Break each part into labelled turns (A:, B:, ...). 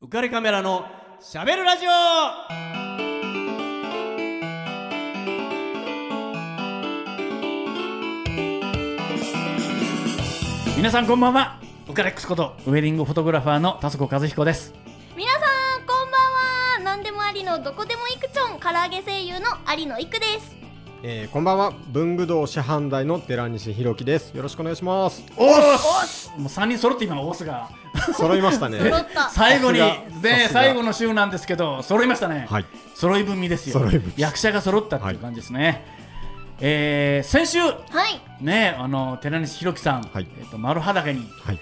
A: 浮かれカメラのしゃべるラジオ
B: 皆さんこんばんは
A: 浮かれックスこと
B: ウェディングフォトグラファーの田底和彦です
C: 皆さんこんばんは何でもありのどこでもいくちょん唐揚げ声優の有野いくです
D: えー、こんばんは文具堂師範代の寺西弘樹ですよろしくお願いします
B: おっすもう3人揃って今おすが
D: 揃いました ね
C: 揃った
B: 最後に
D: さすがさ
B: です
D: が
B: 最後の週なんですけど揃いましたね、
D: はい
B: 揃い踏みですよ
D: 揃い踏み
B: 役者が揃ったっていう感じですね、えー先週
C: はい
B: ねあの寺西弘樹さん、
D: はい
B: えっと丸裸に
D: はい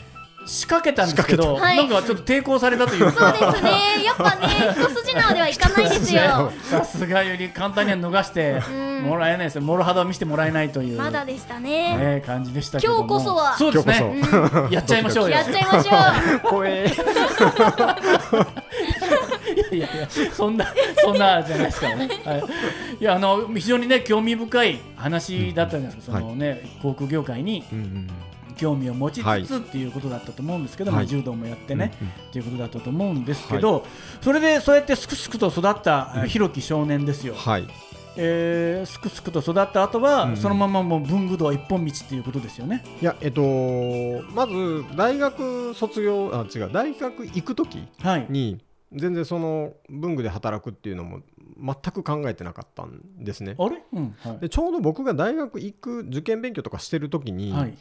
B: 仕掛けたんですけど、
C: 仕掛け
B: な
C: た
B: んかちょっと抵抗されたという
C: そう
B: か
C: ですね やっぱね一筋縄ではいかないですよ
B: さすがより簡単には逃して
C: うん
B: もらえないですよ、モロハダを見せてもらえないという、
C: まだでしたね
B: ね、感じでしたけども
C: 今日こそは
B: そうですね
D: 今日こ
B: やっちゃいましょうよ
C: やっちゃいましょ
D: 怖え
B: いやいやそんなそんなじゃないですからね。はい、いやあの非常にね興味深い話だったんですけど、
D: うん
B: そのね、航空業界に
D: うんうん
B: 興味を持ちつつ、
D: はい
B: っていうことだったと思うんですけど、
D: は
B: ま
D: い
B: あ柔道もやって
D: うん
B: ね、っていうことだったと思うんですけど、それでそうやってすくすくと育った、えー広き少年ですよ。
D: はい
B: えーすくすくと育った後は、
D: うん
B: そのままもう文具道一本道っていうことですよね。
D: いやえっとまず大学卒業あ違う大学行く時
B: はい。
D: に全然その文具で働くっていうのも全く考えてなかったんですね
B: あれ？うん。は
D: でちょうど僕が大学行く受験勉強とかしてる時
B: い。
D: に、
B: はい。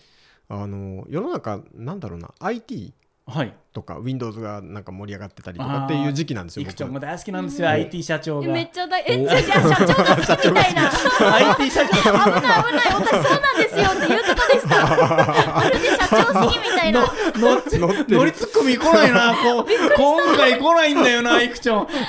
D: あの世の中なんだろうな IT
B: はい。
D: とか Windows がなんか盛り上がってたりとかっていう時期なんですよ
B: いくちゃんも
D: 僕
B: 大好きなんですよ。
D: うん
B: IT 社長
C: う
B: が。
C: めっちゃ大えじゃあ社長が好きみたい
B: IT
C: な
B: 社長。
C: 危ない危ない私そうなんですよっていうとこでしたまるで社長好きみたいな
B: 乗って
D: 乗ってる
B: 乗りツッコミ来ないな、こう今回来ないんだよな、いくちゃん。
C: 危な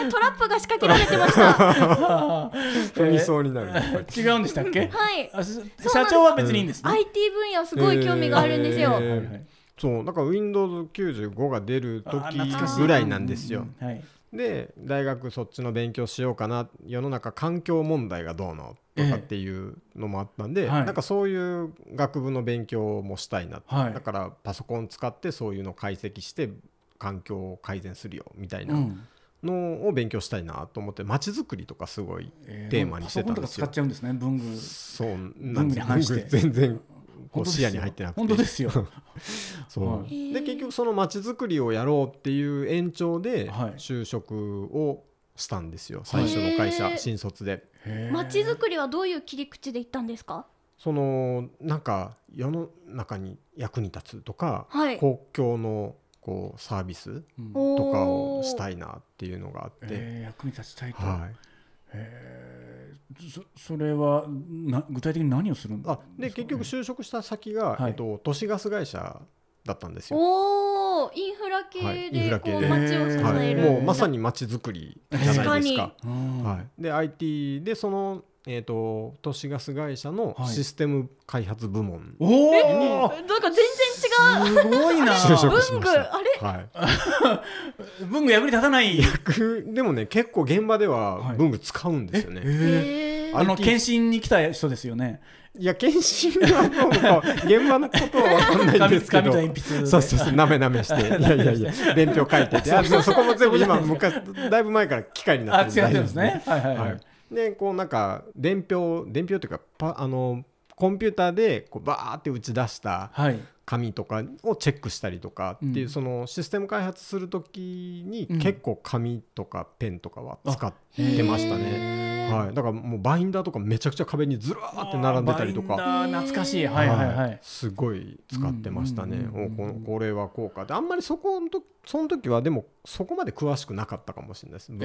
C: いトラップが仕掛けられてました
D: 踏みそうになるやっぱり
B: 違うんでしたっけ
C: はい
B: あす社長は別にいいんですね。
C: IT 分野すごい興味があるんですよ、
D: えー
B: はいはい
D: そうだから Windows95 が出る
B: あ
D: 時
B: 懐かしい
D: ぐらいなんですよ。
B: うんはい
D: で大学そっちの勉強しようかな世の中環境問題がどうのとかっていうのもあったんで、
B: ええはい
D: なんかそういう学部の勉強もしたいな、
B: はい
D: だからパソコン使ってそういうの解析して環境を改善するよみたいうなんのを勉強したいなと思って街づくりとかすごい
B: え
D: テーマにしてたん
B: パソコンとか
D: です
B: 使っ
D: よ。
B: ちゃうんですね、文具。
D: そうな
B: 文
D: ん
B: 具に
D: で
B: 反して
D: 全然
B: 本
D: こう
B: 当です
D: 視
B: よ
D: 野に入ってなくて
B: 本当ですよ。
D: そう、
B: は
D: で結局その街づくりをやろうっていう延長で
B: はい
D: 就職をしたんですよ、最初の会
C: へ
D: 社
C: ー
D: 新卒で
B: へー
C: まちづくりはどういう切り口で行ったんですか
D: そのなんか世の中に役に立つとか、
C: はい
D: 公共のこうサービス
B: うん
C: お
D: とかをした
C: い
D: いなっていうのがあって、
B: えー役に立ちたいと。
D: はい、
B: へーそそれはな具体的に何をするんです
D: あ
B: か
D: で結局就職した先が、
B: はい
D: えっと、都市ガス会社だったんですよ。
C: おおインフラ系
D: はいインフ
C: で
D: ラ
C: こ
D: 系
C: う
D: で
C: 街を支
B: ー
D: は
C: え
D: い、
C: る、
B: へー
D: もうまさに街づくりじゃないです
C: 確か
D: か
C: に。
B: うん
D: はい、で IT でその、えー、と都市ガス会社の
B: はい
D: システム開発部門に
B: おお
C: なんか全然違
B: すごいな
D: 就職し
C: 文
D: ま
C: 具
D: し
C: あれ
D: た、はい
B: 文具役に立たない
D: く、でもね結構現場で
B: は
D: はい文具使うんですよね、い、
C: へー
B: あの
D: IT
B: 検診に来た人ですよね。
D: や検診はどうのか現場のことは分かんないん
B: 紙
D: ですけ
B: 紙と
D: ど
B: 鉛筆で。
D: そうそうそうなめな めしていやいやいや伝票書いててあでもそこも全部今昔だいぶ前から機械にな
B: あ、
D: っ
B: 違
D: て
B: っ
D: る
B: てるんですね。はいはいは
D: はいい。、でこうなんか伝票伝票というかパあのコンピューターでこうバーって打ち出した
B: はい。
D: 紙とかをチェックしたりとかっていう、
B: うん
D: そのシステム開発する時に
B: うん
D: 結構紙とかペンとかは使ってましたね、
C: へー
D: はい、だからもうバインダーとかめちゃくちゃ壁にずらーって並んでたりと
B: バイン
D: か。
B: ダー懐かしい。はいはいはい。
D: すごい使ってましたね、
B: うんうんうんうん
D: おここれはこうかであんまりそこのとその時はでもそこまで詳しくなかったかもしれないです文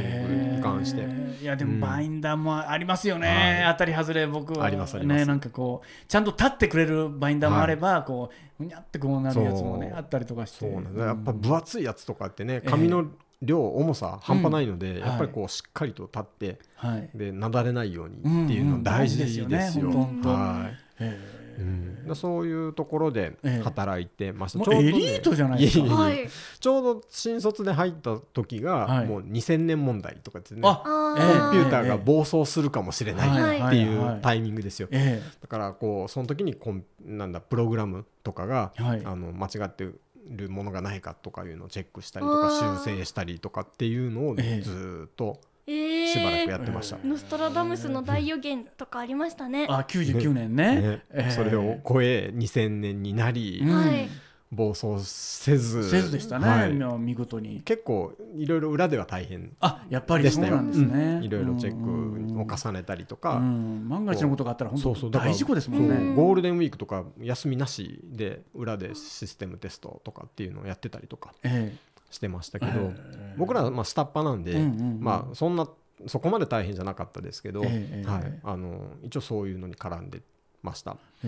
D: 具に関して、
B: えーいやで
D: う
B: も
D: ん
B: バインダーもありますよね
D: は。
B: 当たり外れ僕は
D: ありますあります
B: ねなんかこうちゃんと立ってくれるバインダーもあればこううにゃってこうなるやつもね
D: そう
B: あったりとかして。
D: そうなんだやっぱ
B: うん
D: 分厚いやつとかってね
B: ええ
D: 紙の量、重さ半端ないので、
B: ん
D: やっぱりこうしっかりと立って
B: はい。
D: でなだれないように
B: うん
D: っていうの大事ですよ。
B: うん大事ですよね本当
D: はい
B: え
D: うんだそういうところで
B: ええ
D: 働いてまし
B: ー
D: た、
B: も
D: ちょ
B: う
D: うど
B: エ
D: ね
B: リートじゃないです
D: いえいえ
B: か。
C: はい
D: ちょうど新卒で入った時
B: は
D: が
B: い
D: もう2000年問題とかですね、
B: あ
C: あ、
B: ええ
D: コンピューターが暴走するかもしれない
C: はい
D: っていうタイミングですよ、
B: え
D: だからこうその時にコンなんだプログラムとかが、
B: はい
D: あの間違ってるものがないかとかいうのをチェックしたりとか
C: あー
D: 修正したりとかっていうのをずーっと
C: ええ
D: しばらくやってました。
C: ノストラダムスの大予言とかありましたね。は
B: あ99年ね
D: ね
B: えー
D: それを超え2000年になり、
B: うん
C: い。
D: 暴走せず
B: せずでしたね、
D: はい
B: もう見事に
D: 結構いろいろ裏では大変
B: あやっぱり
D: でし
B: そう
D: たよ
B: なんですね
D: いろいろチェックを
B: す
D: 重ねたりと
B: う
D: か、
B: ん、万が一のことがあったら本
D: そうそ
B: 当
D: うだから
B: 大事故ですもん
D: そ
B: ね
D: うゴールデンウィークとか休みなしで裏でシステムテストとかっていうのをやってたりとか
B: え
D: してまし
B: え
D: たけど、僕らはまあ下っ端なんで、
B: うんうんうん
D: まあそんなそこまで大変じゃなかったですけど、
B: ええええ
D: はい、あの一応そういうのに絡んでました
B: え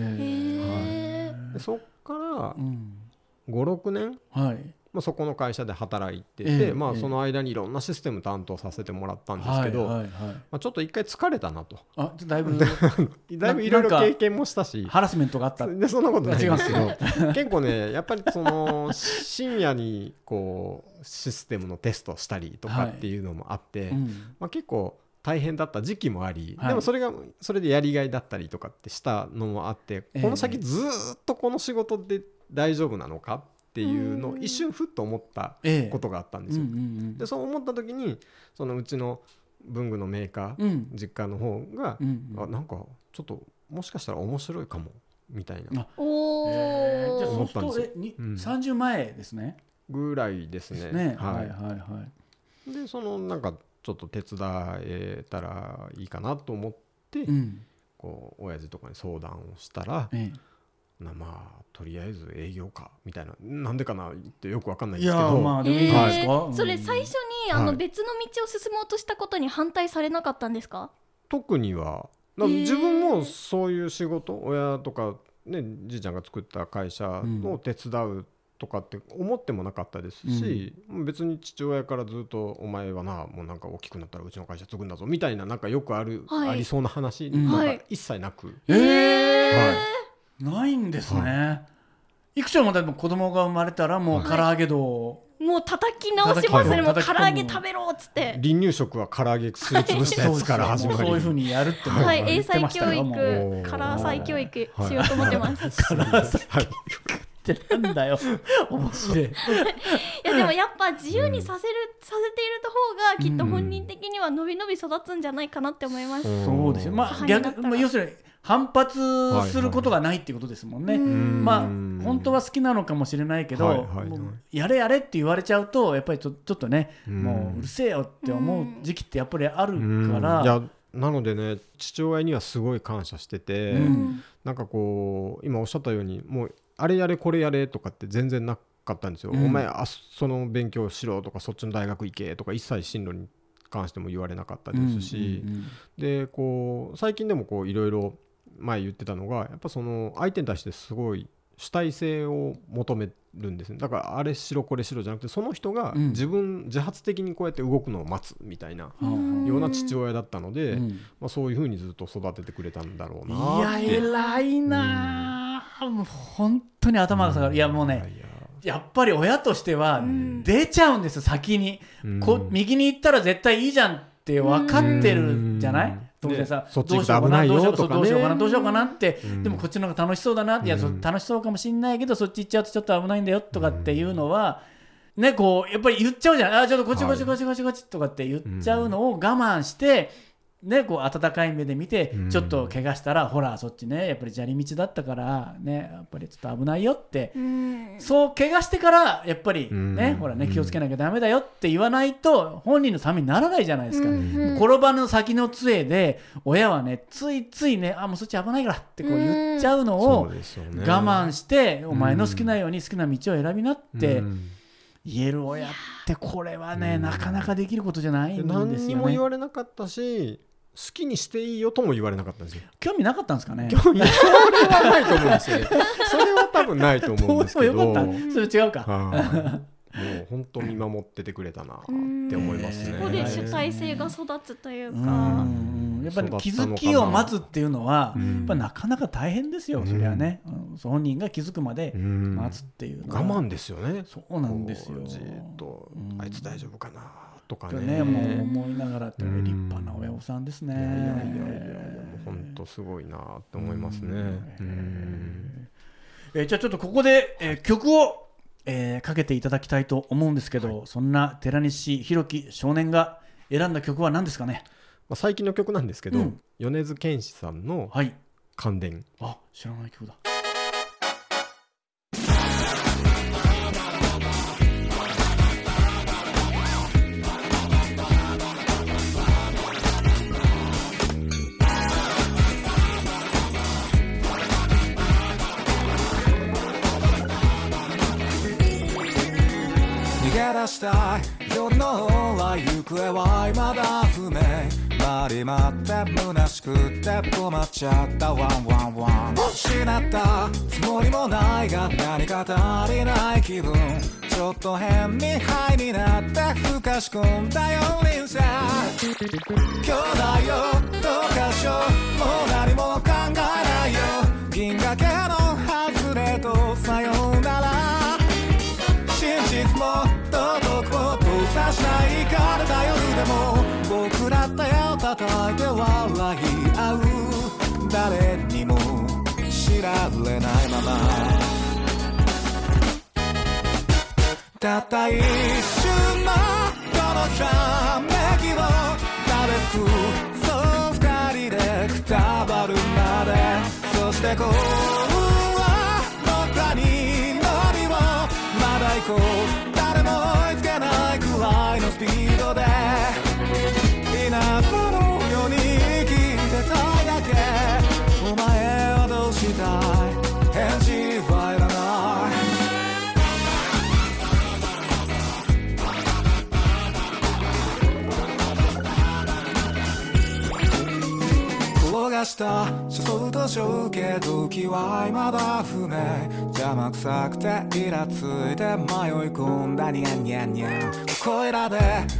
B: え
C: へえ。
D: でそっから
B: うん
D: 56年、
B: はい
D: まあ、そこの会社で働いてて、
B: ええ
D: まあ、
B: ええ
D: その間にいろんなシステム担当させてもらったんですけど、
B: はいはいはい、
D: まあ、ちょっと一回疲れたなと
B: あちょだい ぶ
D: だいぶいろいろ
B: なんか
D: 経験もしたし
B: ハラスメントがあった
D: でそんなことないんですけど結構ねやっぱりその深夜にこうシステムのテストしたりとかっていうのもあって、
B: うん
D: まあ、結構大変だった時期もあり、
B: はい
D: でもそれがそれでやりがいだったりとかってしたのもあって、
B: ええ
D: この先ずーっとこの仕事で大丈夫なのかっていうのを一瞬ふっと思った
B: ええ
D: ことがあったんで
B: うん
D: す
B: う
D: よ。
B: ん
D: でそう思った時にそのうちの文具のメーカー、
B: うんうん
D: 実家の方が
B: う、んうん
D: あなんかちょっともしかしたら面白いかもみたいな
B: あ
C: お
B: えーじゃあそ
C: お。
B: う
D: 思っ
B: す
D: たん
B: る
D: です
B: と
D: よ
B: えに
D: うん
B: 30前ですね。
D: ぐらいです
B: で
D: ね。
B: すね。
D: は
B: はいいはいはい。
D: でそのなんかちょっと手伝えたらいいかなと思って、
B: うん。
D: こう親父とかに相談をしたら、
B: え
D: なまあとりあえず営業かみたいななんでかなってよくわかんな
B: え
D: いんですけど、
B: まあでもいいんじゃないです
C: え
B: か。うん
C: ー、それ最初にあ
D: は
C: の
D: い
C: 別の道を進もうとしたことに反対されなかったんですか？
D: 特にはだ
C: へー
D: 自分もそういう仕事親とか、ね、じいちゃんが作った会社を手伝うとかって思ってもなかったですし、別に父親からずっと「お前はなもうなんか大きくなったらうちの会社継ぐんだぞ」みたいななんかよくある、
C: はい
D: ありそうな話
B: うん
D: なんか一切なく、
B: ええ
D: はい
B: ないんですね。いくつもでも子供が生まれたらもう
D: はい
B: 唐揚げ道。
C: もう叩き直しますね。もう
B: 叩
C: 唐
B: き込む
C: 揚げ食べろっつって。
D: 離乳食は唐揚げすりつぶしたやつから始まり
B: そういうふうにやるってもう
C: はい、
B: 言
C: 英
B: って
C: 才
B: まし
C: 教
B: たよもう。
C: 育、カラー再教育しようと思ってます。
D: す。はい
B: ってなんだよ。面白い。
C: いやでもやっぱ自由にさせる、させている方がきっと本人的にはのびのび育つんじゃないかなって思います。
D: うん
B: そうですよ。まあ
C: 母になった
B: 逆、
C: ら
B: まあ要するに反発することがないっていうことですもんね。
D: ん
B: まあ
D: うん
B: 本当は好きなのかもしれないけど、
D: はいはいはい
B: もうやれやれって言われちゃうとやっぱりちょちょっとね、
D: うん
B: もううるせえよって思う時期ってやっぱりあるか
D: うんい
B: ら、
D: やなのでね父親にはすごい感謝してて、
B: う
C: うん
D: なんかこう今おっしゃったようにもうあれやれこれやれとかって全然なかったんですよ。
B: うん
D: お前あその勉強しろとかそっちの大学行けとか一切進路に関しても言われなかったですし、
B: うんうんうん
D: でこう最近でもこういろいろ前言ってたのがやっぱその相手に対してすごい主体性を求めるんですねだからあれしろこれしろじゃなくてその人が
B: うん
D: 自分自発的にこうやって動くのを待つみたいな
B: うん
D: ような父親だったので、
B: うん
D: まあ、そういうふうにずっと育ててくれたんだろう
B: い
D: な
B: や
D: って
B: 偉いなあ、もう本当に頭が下がる、いやもうね
D: いや
B: やっぱり親としては
C: ん
B: 出ちゃうんですよ先に、
D: うん
B: こ右に行ったら絶対いいじゃんって分かってるじゃない、
D: うん
B: 当然さ
D: ねそっち
B: どうしようかな
D: 行くと危ないよ
B: どうしよう
D: とかね
B: どうしようかなどうしようかなって、
D: うん
B: でもこっちの方が楽しそうだなって、いやそ
D: うん
B: 楽しそうかもしんないけどそっち行っちゃうとちょっと危ないんだよとかっていうのは、ねこうやっぱり言っちゃうじゃんあちょっとこっちこっちこっちこっちこっちとかって言っちゃうのを我慢して、ね、こう温かい目で見て、
D: うん
B: ちょっと怪我したらほらそっちねやっぱり砂利道だったからねやっぱりちょっと危ないよって
C: うん
B: そう怪我してからやっぱりね、
D: うん
B: ほらね気をつけなきゃダメだよって言わないと本人のためにならないじゃないですか、
C: うん
B: 転ばぬ先の杖で親はねついついねあもうそっち危ないからってこう言っちゃうの
D: そ
B: を
D: うですよね
B: 我慢して、お前の
D: うん
B: 好きなように好きな道を選びなって
D: うん
B: 言える親ってこれはね、
D: うん
B: なかなかできることじゃないん
D: で
B: ですよね
D: 何にも言われなかったし好きにしていいよとも言われなかったんですよ。
B: 興味なかったんですかね
D: 興味それはないと思うんですよ ね。それは多分ないと思
B: ど
D: う
B: う
D: ん で
B: ですも
D: け
B: よ
D: ど。
B: かったそれ違うか、
D: はいもう本当見守っててくれたなって思いますね。
C: ここで主体性が育つという
B: うん
C: か、
B: うんうんやっぱり、
D: 育
B: 気
D: ったのか
B: づ
D: な
B: きを待つっていうのは、
D: う
B: や
D: ん
B: っぱなかなか大変ですよ、
D: うん
B: それはね、うん本人が気づくまで
D: うん
B: 待つっていうのは
D: 我慢ですよね。
B: そうなんですよ
D: こうじーっと
B: うん
D: あいつ大丈夫かなとか
B: と
D: ね。
B: ねもう思いながらって
D: うん
B: 立派な親御さんですね
D: いやいやいやいやいやもう本当すごいなって思いますね。うん
B: えーじゃあちょっとここで、えー曲をえーかけていただきたいと思うんですけど、そんな寺西弘樹少年が選んだ曲は何ですかね
D: まあ、最近の曲なんですけど、
B: うん
D: 米津玄師さんの
B: はい
D: 「感電
B: あ知らない曲だ
E: 逃げ出したい夜の方は行方は未だ不明回り回って虚しくって困っちゃったワンワンワン失ったつもりもないが何か足りない気分ちょっと変にハイになってふかし込んだよ人生兄弟よどうかしようもう何も考えないよ銀河系の外れとさようなら真実も道徳も封鎖しないからだよでも僕らって叩いて笑い合う誰にも知られないままたった一瞬のこのため息を食べつくそう二人でくたばるまでそして幸運は僕らに祈りをまだ行こう誰も追いつけないくらいのスピードで稲妻のように生きてたいだけお前はどうしたい返事はいらない転がした車窓と象形時はまだ不明邪魔くさくてイラついて迷い込んだニャンニャンニャンこいらで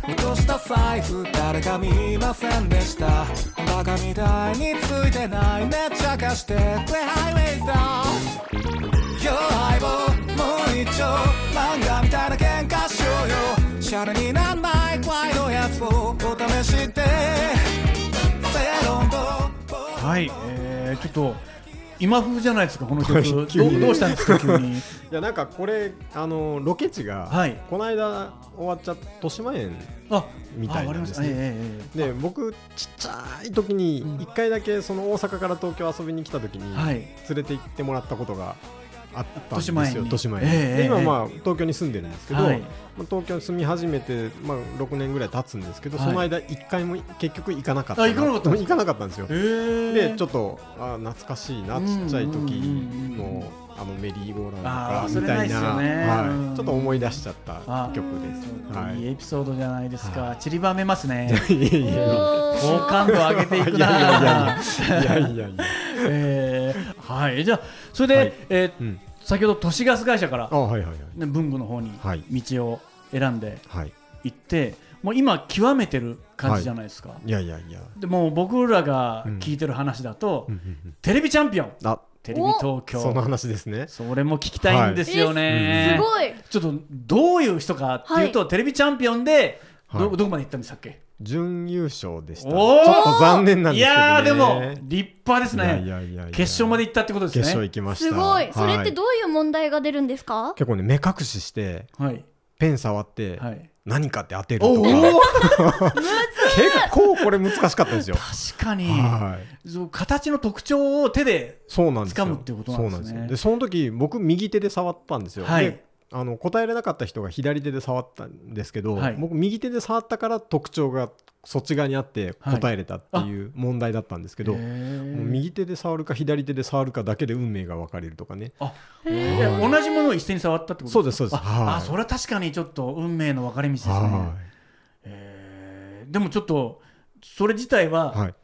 E: 落とした財布誰か見ませんでしたバカみたいについてないめっちゃ貸してくれハイウェイさ弱い棒もう一丁漫画みたいな喧嘩しようよシャレになんない怖いのやつをお試しでセロンと
B: はい、えー、ちょっと今風じゃないですかこの曲どう
D: 急に
B: どうしたんですか急に」
D: いやなんかこれあのロケ地が、
B: はい
D: この間終わっちゃった豊島園
B: あ
D: みたいなんですね
B: あ終わりましたえええええ
D: で僕ちっちゃい時に1回だけその大阪から東京遊びに来た時に
B: えは
D: 連
B: い
D: れて行ってもらったことがあったんですよ
B: 豊島園に
D: 豊島
B: え
D: 園
B: えええ
D: で今まあ東京に住んでるんですけど、
B: はい
D: まあ東京に住み始めてまあ6年ぐらい経つんですけど、
B: はい
D: その間1回も結局行かなかった
B: あ行かなかったんです
D: 行かなかったんですよ
B: えー
D: でちょっとあ懐かしいなちっちゃい時
B: うんうんうんうん
D: のあのメリーゴー
B: あ
D: ラ
B: ー
D: ンド
B: 忘
D: み
B: れな
D: た
B: い
D: い
B: で
D: な
B: すよねう
D: は
B: ん
D: い、ちょっと思い出しちゃった
B: あ
D: 曲です。はい
B: いい
D: い
B: エピソードじゃないですか散りばめますね
D: えいえいえ
B: 好感度上げていく
D: いやいや
B: ない
D: やいやいやいや。
B: えーはいじゃあそれで、
D: はい
B: えー
D: うん。
B: 先ほど都市ガス会社から
D: あ、はいはいはい。
B: ね文具の方に
D: はい
B: 道を選んで
D: はい。
B: 行ってもう今極めてる感じじゃないですか、
D: いやいやいや。
B: でもう僕らが聞いてる話だと、
D: うんうんうん
B: テレビチャンピオン
D: あ、
B: テレビ東京
D: その話ですね。
B: それも聞きたいんですよね、
C: すごい
B: ちょっとどういう人かっていうと、テレビチャンピオンでど,、
D: はい
B: どこまで行ったんでしたっけ
D: 準優勝でした。ち
B: お
D: ょ
B: ー
D: っと残念なん
B: い
D: ですけどね。
B: やーでも立派ですね
D: いやいやいやいや
B: 決勝まで行ったってことです
D: 決
B: ね
D: 勝行きました。
C: すごい。それっ
D: は
C: てどういう問題が出るんですか？
D: 結構ね目隠しして
B: はい
D: ペン触って
B: はい
D: 何かって当てる
B: お
D: と
B: お
D: か。
B: ー
D: 結構これ難しかったですよ。
B: 確かに、
D: はい。
B: そう形の特徴を手で
D: そうなんですよ。
B: 掴むっていうことなんですね
D: そうなんですよ。でその時僕右手で触ったんですよ。
B: はい
D: であの答えれなかった人が左手で触ったんですけど、
B: はい
D: 僕右手で触ったから特徴がそっち側にあって答えれたっていう問題だったんですけど、
B: へ
D: もう
B: ー
D: 右手で触るか左手で触るかだけで運命が分かれるとかね
B: あ
C: へ
B: いや同じものを一斉に触ったってこと
D: そうですそうですは
B: あ
D: い
B: あそれは確かにちょっと運命の分かれ道ですね、
D: は
B: えーでもちょっとそれ自体は、
D: いはい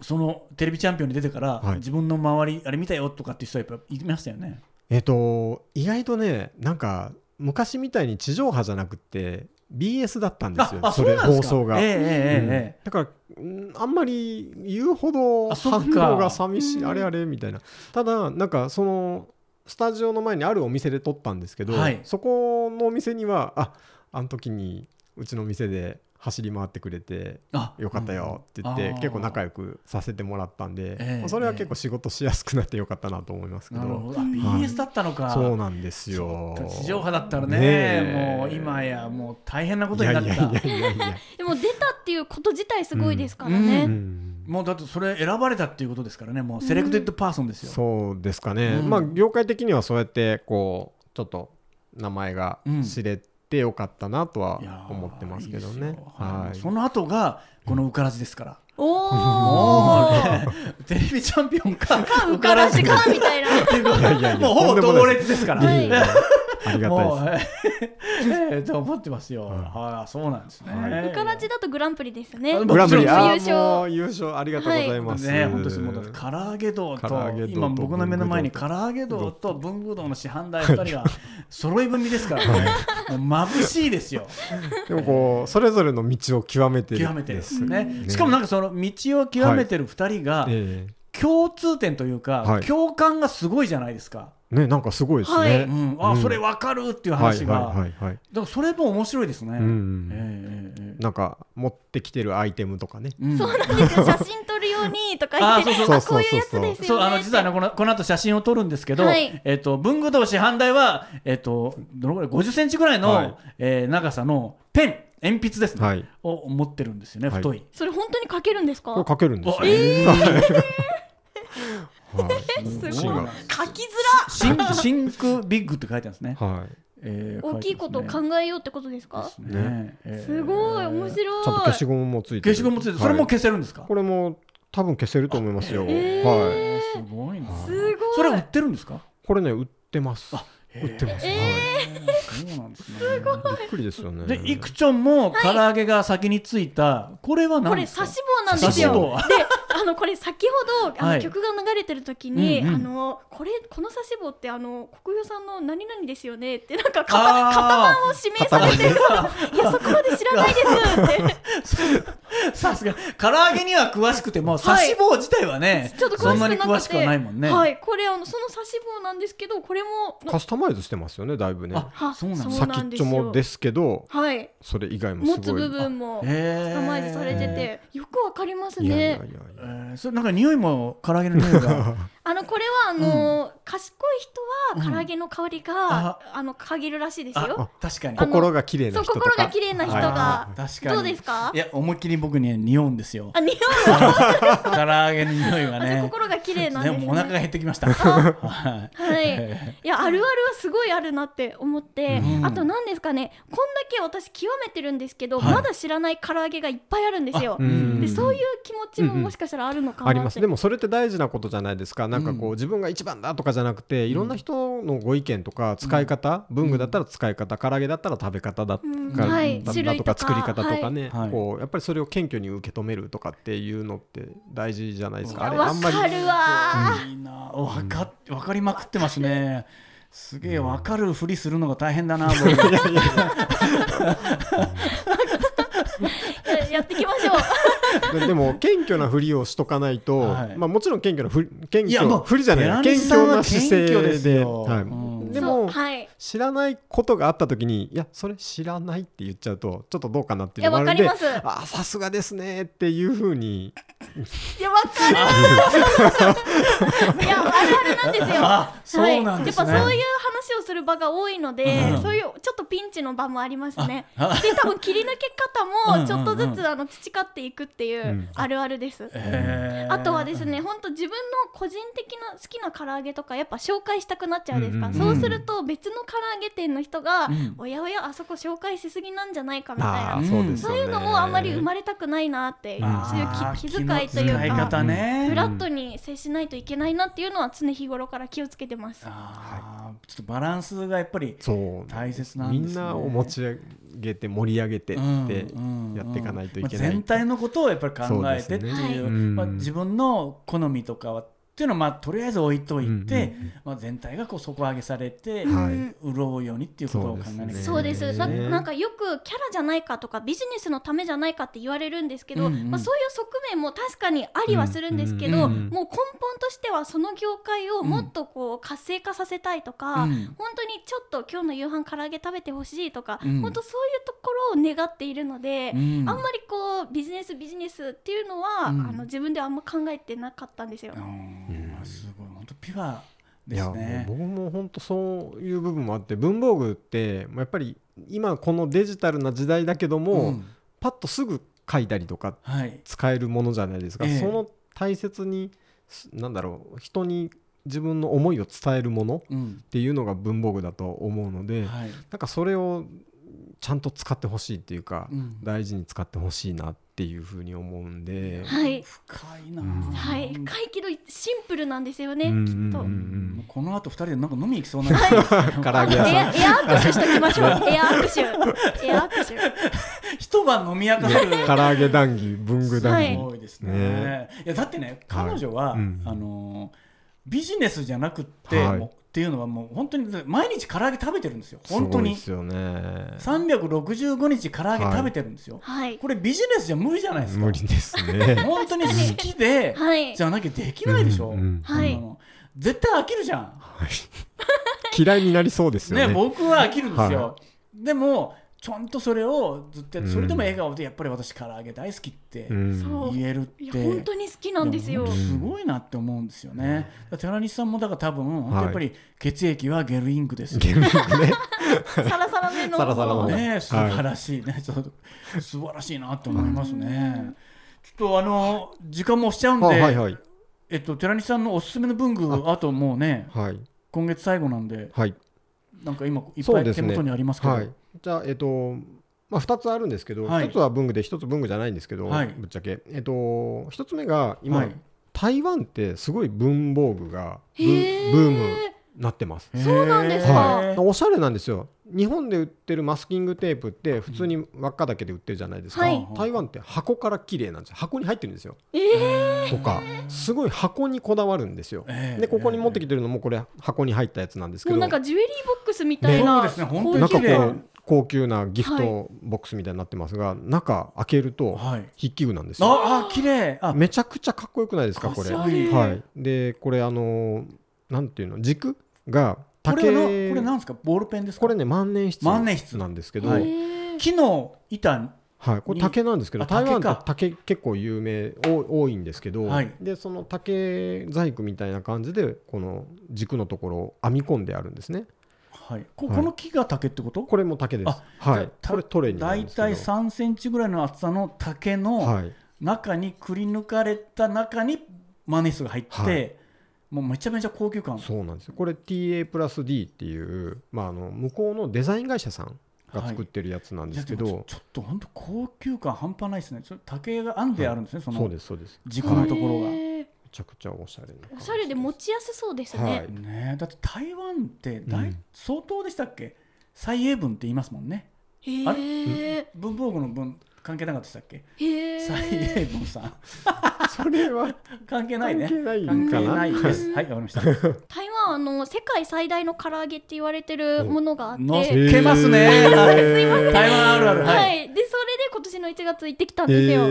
B: そのテレビチャンピオンに出てから、
D: はい
B: 自分の周りあれ見たよとかっていう人はやっぱいましたよね
D: えっ、と意外とねなんか昔みたいに地上波じゃなくって BS だったんですよれ放送が、
B: えええ
D: うん
B: えええ
D: だからんあんまり言うほど
B: あそっ
D: 反
B: か
D: 応が寂し
C: う
D: い
C: ん
D: あれあれみたいなただなんかそのスタジオの前にあるお店で撮ったんですけど、
B: はい
D: そこのお店にはああの時にうちの店で走り回ってくれて
B: あ
D: よかったよって言って、
B: うんあー
D: 結構仲良くさせてもらったんで、
B: ええ
D: まあそれは結構仕事しやすくなってよかったなと思いますけ
B: な
D: ど
B: るほどあ
D: はい
B: BS だったのか、
D: そうなんですよ
B: 地上波だったらね
D: ねえ
B: もう今やもう大変なこと
D: い
B: に
D: や
B: なった
D: いやいやいやいや、
C: でも出たっていうこと自体すごいですから
B: う
D: う
C: ね。
D: ん、
B: もうだってそれ選ばれたっていうことですからねもうセレクテッドパーソンですよ、
D: そうですかね、
B: うん
D: まあ業界的にはそうやってこうちょっと名前が知れてよかったなとはい
B: やー
D: 思ってますけど
B: いい
D: ね
B: ですよは
D: はいい
B: その後がこの「うからじ」です から、
C: お
B: もう
C: ー
B: ねテレビチャンピオンか
C: かうからしかみたいな。
D: いやいやいや
B: もうほぼ同列ですから
D: いやいやいやありがたい
B: も
D: で
B: う
D: す
B: ええと思ってますよ、はいそうなんですね、
D: は
C: うからじだとグランプリですね。
B: あ
D: グランプリ
B: もち
C: ろん
D: あ
C: 優
D: ー
C: 勝
D: もう優勝ありがとうございます、
B: ね、本当にもうだって唐揚げ堂と
D: 唐揚げ堂と
B: 今僕の目の前に唐揚げ堂 と文具堂の市販台2人が揃い踏みですからねもう眩しいですよ
D: でもこうそれぞれの道を極めてる
B: 極めてです
D: ね
B: ねしかもなんかその道を極めてる2人が
D: え
B: 共通点というか、
D: はい
B: 共感がすごいじゃないですか、
D: えねなんかすごいですね、
C: はいう
B: うん、あ、それ分かるっていう
D: はい
B: 話が、
D: はいはい
B: だ
D: はい
B: からそれも面白いですね、
D: うんうん
B: ええええええ
D: なんか持ってきてるアイテムとかね
B: うん
C: そうなんで すよ。写真撮るようにとか言って、
B: あそう
D: そう
C: あ
D: そ
C: こ
D: う
C: ういうやつです
B: そう
C: よ
B: あの
C: ね。
B: 実はねこのこの後写真を撮るんですけど、
C: はい
B: えっと文具同士反対はえっとどのぐらい50センチぐらいの、
D: はい
B: えー長さのペン鉛筆ですね、
D: はい
B: を持ってるんですよね
D: はい
B: 太い。
C: それ本当に書けるんですか
D: これ。かけるんですよ、
B: え
D: はい
C: すごい
D: 石が
C: 書きづ
B: シンシンクビッグって書いてあるんですね。
D: はい
B: えー
C: ら。大きいことを
B: 書て
C: 考えようってことです
B: ま
C: か
B: す。ねですね。
C: すごい面
B: い。
C: 白い。
D: ちゃんと消しゴムもついて
B: 消しゴムついてるそれも消せるんですか。
D: はいこれも多分消せると思いますよ、
C: えー
D: はい
B: えーすごいな。
C: すごい。
B: それ売ってるんですか。
D: これね売ってます
B: へー
D: 売ってます、
B: そうなんですね。すご
D: はい、びっくりですよね
B: でいくちょんも唐揚げが先についたこれは
C: こ
B: 何
C: れ
B: ですか。
C: 刺し棒なんですよ。
B: 刺し
C: で
B: 棒、
C: あのこれ先ほどあの、
B: はい
C: 曲が流れてる時に、
B: うんうん
C: あのこれこの刺し棒ってあの国用さんの何々ですよねってなんか型
B: あ
C: 番を指名されてるからいやそこまで知らないですって。
B: さすが唐揚げには詳しくても刺し棒自体はね、
C: ちょっと
B: そんなに詳
C: 詳
B: し
C: し
B: く
C: く
B: は
C: なくて
B: ないもんね、
C: はい、これあのその刺し棒なんですけど、これもの
D: カスタマイズしてますよねだいぶね
B: あ
C: は
B: そうなんだ
C: そう
D: 先
C: なん
D: っ
C: で
D: ち
C: す
D: ょ
C: よ
D: もですけど
C: はい、
D: それ以外も
C: 持
D: す
C: つ
D: ごい
C: 部分もカ
B: えー
C: スタマイズされてて、よくわかります
D: いやいや
C: ね
D: いや。いや
B: えーそれなんか匂いも唐揚げの匂いが
C: あのこれはあの、賢い人は唐揚げの香りが
B: あ、
C: あの嗅げるらしいですよ。
B: あ確かに
C: あの
D: 心が綺麗
C: そ
D: な
C: う
D: 人とか
C: 心が綺麗な人
D: は
C: が
D: い
B: 確かに
C: どうですか
B: い？や思いっきり僕に匂うんですよ
C: あ、匂い
B: 唐揚げの匂いが
C: は
B: ね
C: 心が綺麗なん
B: で
C: ですね。
B: もお腹が減ってきました
C: あ
B: はい
C: はい。いやあるあるはすごいあるなって思って、
B: うん
C: あと何ですかねこんだけ私極めてるんですけど、
B: はい
C: まだ知らない唐揚げがいっぱいあるんですよ
D: う。ん
C: でそういう気持ちももしかしたらあるのかな
D: あ
C: って、
D: りますでもそれって大事なことじゃないですかなんか
B: う
D: こう自分が一番だとかじゃなくていろんな人のご意見とか使い方文具だったら使い方唐揚げだったら食べ方だと
C: うん
D: か
C: はい
D: だ
C: 種
D: だ
C: 類
D: と
C: と
D: か
C: か
D: 作り方とかね
B: はい
D: こうやっぱりそれを謙虚に受け止めるとかっていうのって大事じゃないですかあれあ
C: わ
D: んまり
C: かるわ
B: いいな分かっ分かりまくってますねすげえ分かるふりするのが大変 だな僕
C: ー、ややっていきましょう
D: ででも謙虚なふりをしとかないと、
B: はい
D: まあ、もちろん謙虚なふり謙
B: いやも
D: 虚
B: う
D: ふりじゃないな
B: 寺
D: 謙
B: 西さん
D: 虚
B: は
D: な姿勢
B: 謙虚です
D: で、
B: よ
D: はい
B: うん
D: で
C: そう
D: も、
C: はい
D: 知らないことがあった時にいやそれ知らないって言っちゃうとちょっとどうかなって
C: い
D: いう
C: や
D: のもあ
C: わ
D: る
C: かりま
D: んで
C: すい やわ
D: あさすがですねっていうふうに
C: か るいやあるあるなんですよ
B: あそうなんですね
C: はい、やっぱそういう話をする場が多いので、
B: うん
C: そういうちょっとピンチの場もありますね
B: あ
C: で多分切り抜け方
B: うん
C: もちょっとず
B: うんう
C: つあの培っていくってい
D: うん
C: うあるあるです、
B: えー
C: あとはですね、本当自分の個人的な好きな唐揚げとかやっぱ紹介したくなっちゃうですか、
D: うん
B: うんうん
C: そうすると別の唐揚げ店の人が、
B: ん
C: おやおやあそこ紹介しすぎなんじゃないかみたい
D: あ
C: な
D: あそうですよ
C: そう
D: ね
C: いうのもあんまり生まれたくないなっていうそういう
B: あー
C: 気気遣いという
B: 気の使い
C: か
B: 方ね
C: フラットに接しないといけないなっていうのは常日頃から気をつけてます。
B: あーちょっとバランスがやっぱり
D: そう
B: 大切なん
D: み
B: ですね
D: んなを持ち上げて盛り上げてってやっていかないといけない、
B: うんうんうんまあ全体のことをやっぱり考えてって
D: そうです
C: ね
B: いう
D: はい
B: まあ、自分の好みとかはっていうのはまあとりあえず置いといて、
D: うんうん
B: まあ、全体がこう底上げされて、
D: はい
C: うん
B: 潤うようにっていうことを考えなきゃいけない
C: そうです、な
D: ね
C: なんかよくキャラじゃないかとかビジネスのためじゃないかって言われるんですけど、
B: うんうん
C: まあ、そういう側面も確かにありはするんですけど、
B: うん
D: うん
C: もう根本としてはその業界をもっとこう活性化させたいとか、
B: うん
C: 本当にちょっと今日の夕飯唐揚げ食べてほしいとか、
B: うん
C: 本当そういうところを願っているので、
B: うん
C: あんまりこうビジネスビジネスっていうのは、
B: うん
C: あの自分ではあんま考えてなかったんですよ。
B: うんすごい本当ピュア
D: い
B: で
D: や
B: す
D: もう
B: ね。
D: 僕も本当そういう部分もあって文房具ってまあやっぱり今このデジタルな時代だけども、
B: うん
D: パッとすぐ書いたりとか
B: はい、
D: 使えるものじゃないですか、
B: ええ
D: その大切にすなんだろう人に自分の思いを伝えるものっ
B: うん
D: ていうのが文房具だと思うので、
B: はい
D: なんかそれをちゃんと使ってほしいっていうか、
B: うん
D: 大事に使ってほしいなっていうふうに思うんで、
C: はい、
B: 深いな、
D: うん
C: はい、深いけどシンプルなんですよね、
D: うんうん
C: きっと
D: う。ん
B: もうこの後二人でなんか飲み行き そうなんですけど
D: 唐揚げ
C: エ
D: 屋さん
C: アエア握手しときましょう。 エア握手。エア握手。
B: 一晩飲み明かせる
D: ね唐揚げ談義文具談義、
C: は
B: 多いですね。
D: ね
B: いやだってね彼女は、
D: はいうん
B: あのービジネスじゃなくって、
D: はい
B: もうっていうのはもう本当に毎日唐揚げ食べてるんですよ本当に
D: すごいですよね
B: 365日唐揚げ食べてるんですよ、
C: はい。
B: これビジネスじゃ無理じゃないですか
D: 無理ですね
B: 本当に好きで、
C: はい
B: じ。ゃなきゃできないでしょ、
D: うんうん
C: は
B: あ
C: い。
B: の絶対飽きるじゃん
D: 嫌いになりそうですよ
B: ね
D: ね
B: 僕は飽きるんですよ、でもちゃんとそれをずっとやってそれでも笑顔でやっぱり私唐揚げ大好きって
D: うん
C: そう
B: 言えるっ
C: いや
B: て、
C: 本当に好きなんですよ
B: いや。本当すごいなって思うんですよね。だから寺西さんもだから多分、本当やっぱり血液はゲルイングですよ。
D: ゲームね
C: サラサラめの。
D: サラサラのね
B: ね、素晴らしいね、ち ょっと素晴らしいなって思いますね。ちょっとあの時間も押しちゃうん
D: あ
B: で、
D: はいはい
B: えっと寺西さんのおすすめの文具あともうね
D: はい
B: 今月最後なんで
D: はい
B: なんか今いっ
D: そ
B: ぱ
D: うで
B: い
D: す
B: 手
D: ね
B: 元にありますけど、
D: はいじゃあえっとまあ、2つあるんですけど、
B: はい
D: 1つは文具で1つ文具じゃないんですけど、
B: はい
D: ぶっちゃけ、えっと、1つ目が今、
B: はい
D: 台湾ってすごい文房具がブブ
C: へえ。
D: ームになってます。
C: そうなんですか
D: はい、
B: は
D: おしゃれなんですよ日本で売ってるマスキングテープって普通に輪っかだけで売ってるじゃないですか、
C: はい
D: 台湾って箱から綺麗なんですよ箱に入ってるんですよ
C: ええ。
D: とかすごい箱にこだわるんですよ、
B: ええ
D: でここに持ってきてるのもこれ箱に入ったやつなんですけ
C: もう
D: ど
C: なんかジュエリーボックスみたいな。
B: ねそうですね本当に
D: なんか
C: 高
D: こ
C: 級感
D: う高級なギフトボックスみたいになってますが、中開けると
B: はい
D: 筆記具なんですよ、
B: ああ綺麗あ
D: めちゃくちゃかっこよくないですかこれ、
B: かっ
D: は
B: こいい
D: い、でこれあのーなんていうの軸が
B: こ
D: 竹
B: れはなこれなんですかボールペンですか
D: これね万年筆
B: 万年筆
D: なんですけど、
B: は
D: はいい
C: へえ
B: 木の板
D: これ竹なんですけど
B: あ竹
D: 台
B: か
D: 湾って竹結構有名お多いんですけど、
B: はい
D: でその竹細工みたいな感じでこの軸のところを編み込んであるんですね
B: はい、こ
D: はい
B: この木が竹ってこと、
D: これも竹です
B: あ
D: はいこれトレーにな
B: だ
D: るん
B: い
D: です
B: たい
D: け
B: 3センチぐらいの厚さの竹
D: どは
B: の
D: い
B: 中にくり抜かれた中にマネスが入って、
D: はい
B: もうめちゃめちゃ高級感
D: そうなんですよこれ TA プラス D っていう、まあ、あの向こうのデザイン会社さんが作ってるやつなん
B: い
D: で
B: や
D: すけ
B: で
D: ど、
B: もちょちょっと本当高級感半端ないですねそれ竹が編んであるんですね、そ
D: そう
B: の
D: ですそうです
B: 軸のところが、
C: へえ
D: めちゃくちゃおしゃれな
C: おしゃれで持ちやすそうです
D: は
C: ね
D: い。
B: ねえだって台湾って大、
D: うん
B: 相当でしたっけ蔡英文って言いますもんね
C: へ
B: あ
C: え。
B: 文房具の文関係なかったでしたっけ
C: へえ。
B: 蔡英文さん
D: それは
B: 関係ない
D: 関
B: ね
D: 係ない
B: 関
D: か
B: 係
D: な
B: ないですはいわかりました
C: 台湾あの世界最大の唐揚げって言われてるものがあっ
B: の
C: て。
B: いけますね
D: へー
C: すいません
B: 台湾あるある
C: は。
B: はい
C: でそれで今年の1月行ってきたんですよ。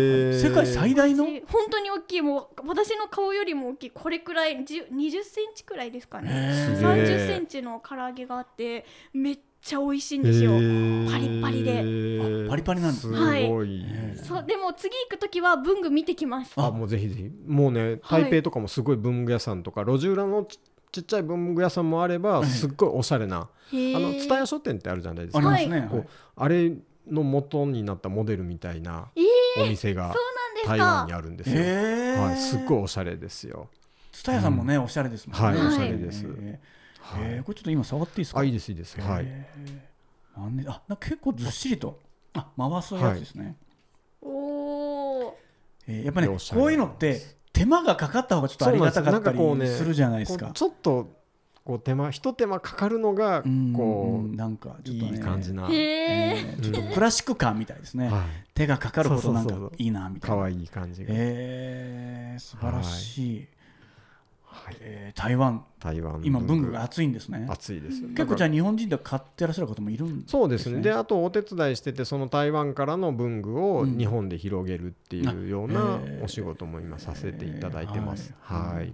D: 世
B: 世界最大の
C: 私本当に大きいもう私の顔よりも大きいこれくらい10 20センチくらいですかね
B: へ
D: ーすげー
C: 30センチの唐揚げがあってめっちゃ美味しいんですよ、パリパリで
D: で
B: あパリパリなんですす
D: ごい
C: そうでも次行く時は文具見てきます
D: あもうぜひぜひもうね
C: はい
D: 台北とかもすごい文具屋さんとか路地裏のちちっちゃい文具屋さんもあればすっごいおしゃれな
C: へー
D: あの蔦屋書店ってあるじゃないです
B: あり
D: か
B: ますね、
D: こうあれの元になったモデルみたいな
C: え
D: お店
C: そ
D: が
C: うなん
D: 台
C: ですか
D: 湾にあるんですよ
B: え
D: はいすっご
B: い。
D: いおしゃれですよ
B: 蔦屋さんもね、おしゃれですもんね。
D: はい
C: おしゃ
D: れです
B: えー
D: はい
B: えーこれちょっと今触っていいですか。
D: あいいですいいですはい
B: えーあねあ、なんか結構ずっしりと。あ、回すやつですね。
C: おー
B: えーやっぱね、
D: おしゃれ
B: こういうのって、手間がかかった方がちょっとありがたかったり
D: そうなんですなんかこうね
B: するじゃないです
D: こう
B: か。
D: ちょっとこう手間一手間かかるのが
B: うん
D: こ
B: うんなんか
D: う
B: ちょっとね
D: いい感じな
C: へ
B: え
C: え
B: ーちょっとクラシック感みたいですね、
D: はい
B: 手がかかるほどなん
D: そうそう
B: か
D: そう
B: いいなみたい
D: 可
B: な
D: 愛い感じが
B: えー素晴らしい、えー台湾
D: 台湾の
B: 今文具が熱いんですね
D: 熱いです
B: 結構じゃあ日本人で買ってらっしゃる方もいるん
D: そうです
B: で
D: ね
B: すね
D: であとお手伝いしててその台湾からの文具を
B: うん
D: 日本で広げるっていうよう
B: あ
D: な
B: へー
D: お仕事も今させていただいてます。
B: はい
D: はい
B: はい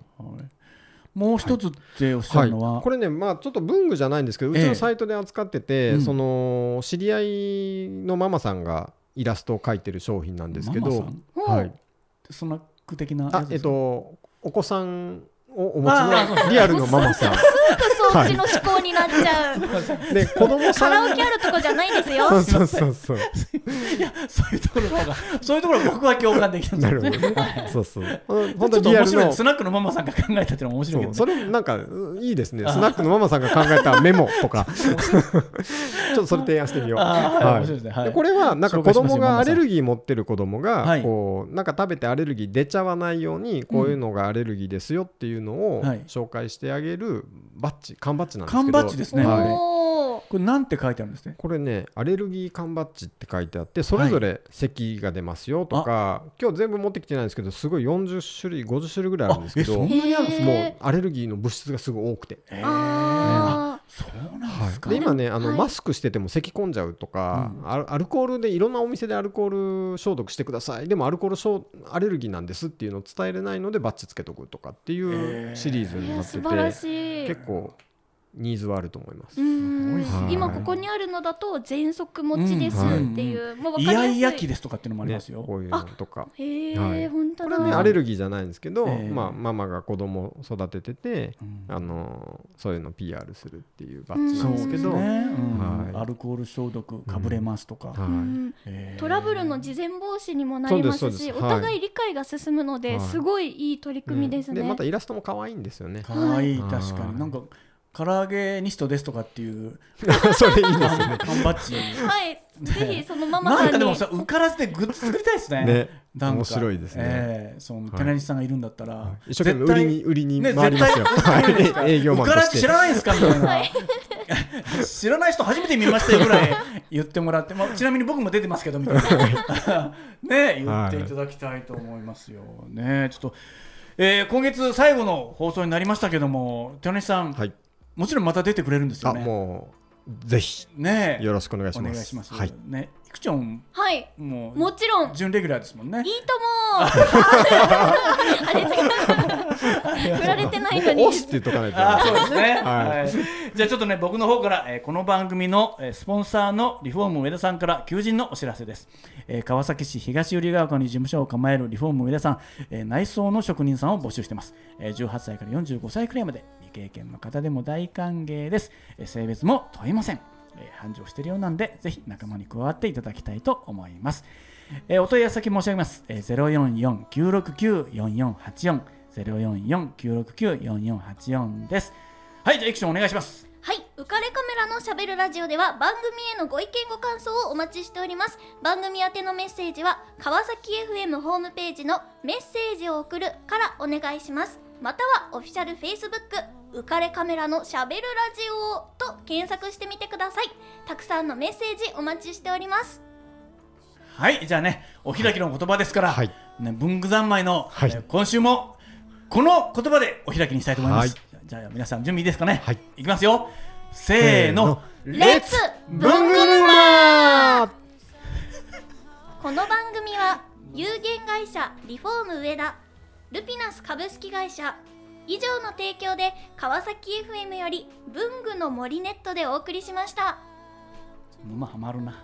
B: もう一つっておっしゃ
D: は
B: る
D: い、
B: のは、
D: これね、まあ、ちょっと文具じゃないんですけど、う
B: え
D: ち
B: え
D: のサイトで扱ってて、
B: うん
D: その知り合いのママさんがイラストを描いてる商品なんですけ
B: ママ
D: ど
B: さ、ん
D: はい、
B: スナック的な
D: あ
B: やつ
D: え
B: で
D: っ
B: すか
D: とお子さんをお
B: あ
D: 持ちのリアルのママさん
C: そっちの思考になっちゃう、
D: で子 供
C: カ
D: さん
C: ラオケあるとこじゃないですよ
D: そうそうそうそう
B: そういうところがそういうところが僕は共感できたんで
D: な
B: す
D: る
B: よ
D: ほどねそ うそううん本
B: ち
D: 当
B: ょっと
D: にリア
B: 面
D: ル
B: 白い
D: の
B: スナックのママさんが考えたっていうのも面白いけ
D: そう
B: ど、ね、
D: それなんかうんいいですねスナックのママさんが考えたメモ とかちょっとそれ提案してみよう。
B: あーはい
D: はい
B: 面白いですねはい
D: でこれはなんか
B: 紹介
D: 子
B: しますよ
D: 供
B: マ
D: が
B: マ
D: ア
B: さん
D: レルギー持ってる子供
B: は
D: が
B: い
D: こうなんか食べてアレルギー出ちゃわないようにこういうのがアレルギーですよっていうのを
B: はい
D: 紹介してあげるバッジ缶バッジなんですけど
B: 缶バッジですね
D: はい
C: おー
B: これなんて書いてあるんですね
D: これねアレルギー缶バッジって書いてあってそれぞれ咳が出ますよとか、今日全部持ってきてないんですけどすごい40種類50種類ぐらいあるんですけど
B: あえそんなにあるんですか
C: へー
D: もうアレルギーの物質がすごい多くて。
B: えー
C: あ
B: そうなんですか、
D: で今ねあの、
C: はい
D: マスクしてても咳込んじゃうとか、あアルコールでいろんなお店でアルコール消毒してくださいでもアルコール消アレルギーなんですっていうのを伝えれないのでバッチつけとくとかっていうシリーズ
C: ー
D: に
C: い
D: な
C: や
D: ってて、
C: 素晴らしい
D: 結構ニーズはあると思います、
C: うー
D: は
C: ん
D: い
C: 今ここにあるのだと喘息持ちですっていう、もう分
B: イ
C: か
B: ヤ
C: りやすい
B: イヤ期ですとかっていうのもあり
D: ね
B: ますよ、
D: こういうのとか
C: へえ、
D: はい
C: 本当
D: こ
C: だ
D: れはねアレルギーじゃないんですけど、
B: ええ
D: まあ、ママが子供を育ててて、
B: うん
D: あのーそういうのを PR するっていうバッジなんですけど、
C: うんそう
D: はい
B: ねうん
D: はい
B: アルコール消毒かぶれますとか、
C: うん
B: えー
C: トラブルの事前防止にもなりますし
D: そうですそうです
C: お
D: はい
C: 互い理解が進むので、
D: はい
C: すごいいい取り組みですね、
D: でまたイラストも可愛いんですよね
B: かわいい
D: はい
B: 確かになんか唐揚げニストですとかっていう
D: それいいですよね
B: 缶バッジ
C: はいぜひそのママ
B: な
C: さ
B: んんか
C: に
B: でもさ受からせてグッズ作りたいですね
D: ね
B: なんか
D: 面白いですね
B: ええその
D: い
B: 寺西さんがいるんだったら
D: 一生懸命売りに売りに回りますよ、
B: 絶
D: はい
B: 対
D: 営業マン
B: 受
D: と
B: からせ
D: して
B: 知
D: て
B: らないんですかみたいな 知らない人初めて見ましたよぐらい言ってもらって、まあ、ちなみに僕も出てますけどみたいな ね言っていただきたいと思いますよねちょっと、えー今月最後の放送になりましたけども寺西さん、
D: はい
B: もちろんまた出てくれるんですよ
D: あ
B: ね
D: もうぜひ
B: ねえ
D: よろしくお願いし
B: お
D: ます
B: 願いします。
D: はい
B: ね、いくちゃん
C: はい
B: もう
C: もちろんいい
B: 準レギュラーですもんね。
C: とも あれ違う振られてないのに
D: 押すって言っとかないと
B: あーそうですね、
D: はい
B: はいじゃあちょっとね僕の方から、えーこの番組の、えースポンサーのリフォーム上田さんから求人のお知らせです、えー川崎市東百合ヶ丘に事務所を構えるリフォーム上田さん、えー内装の職人さんを募集してます、えー18歳から45歳くらいまで未経験の方でも大歓迎です、えー性別も問いません、えー繁盛しているようなんでぜひ仲間に加わっていただきたいと思いますえーお問い合わせ先申し上げます。えー、044-969-4484。044-969-4484です。はい、じゃあ、エクションお願いします。
C: はい、浮かれカメラのしゃべるラジオでは番組へのご意見ご感想をお待ちしております番組宛てのメッセージは川崎 FM ホームページのメッセージを送るからお願いしますまたはオフィシャル Facebook 浮かれカメラのしゃべるラジオと検索してみてくださいたくさんのメッセージお待ちしております
B: はい、じゃあね、お開きの言葉ですから、
D: はい
B: ね、文具三昧の、
D: はい
B: えー今週もこの言葉でお開きにしたいと思います。
D: は
B: じゃあ、じゃあ皆さん準備いいですかね。
D: はい、
B: きますよ。せーの、
C: レッツ
B: 文具
D: 沼
C: この番組は有限会社リフォーム上田ルピナス株式会社以上の提供で川崎 FM より文具の森ネットでお送りしました。
B: 沼ハマるな。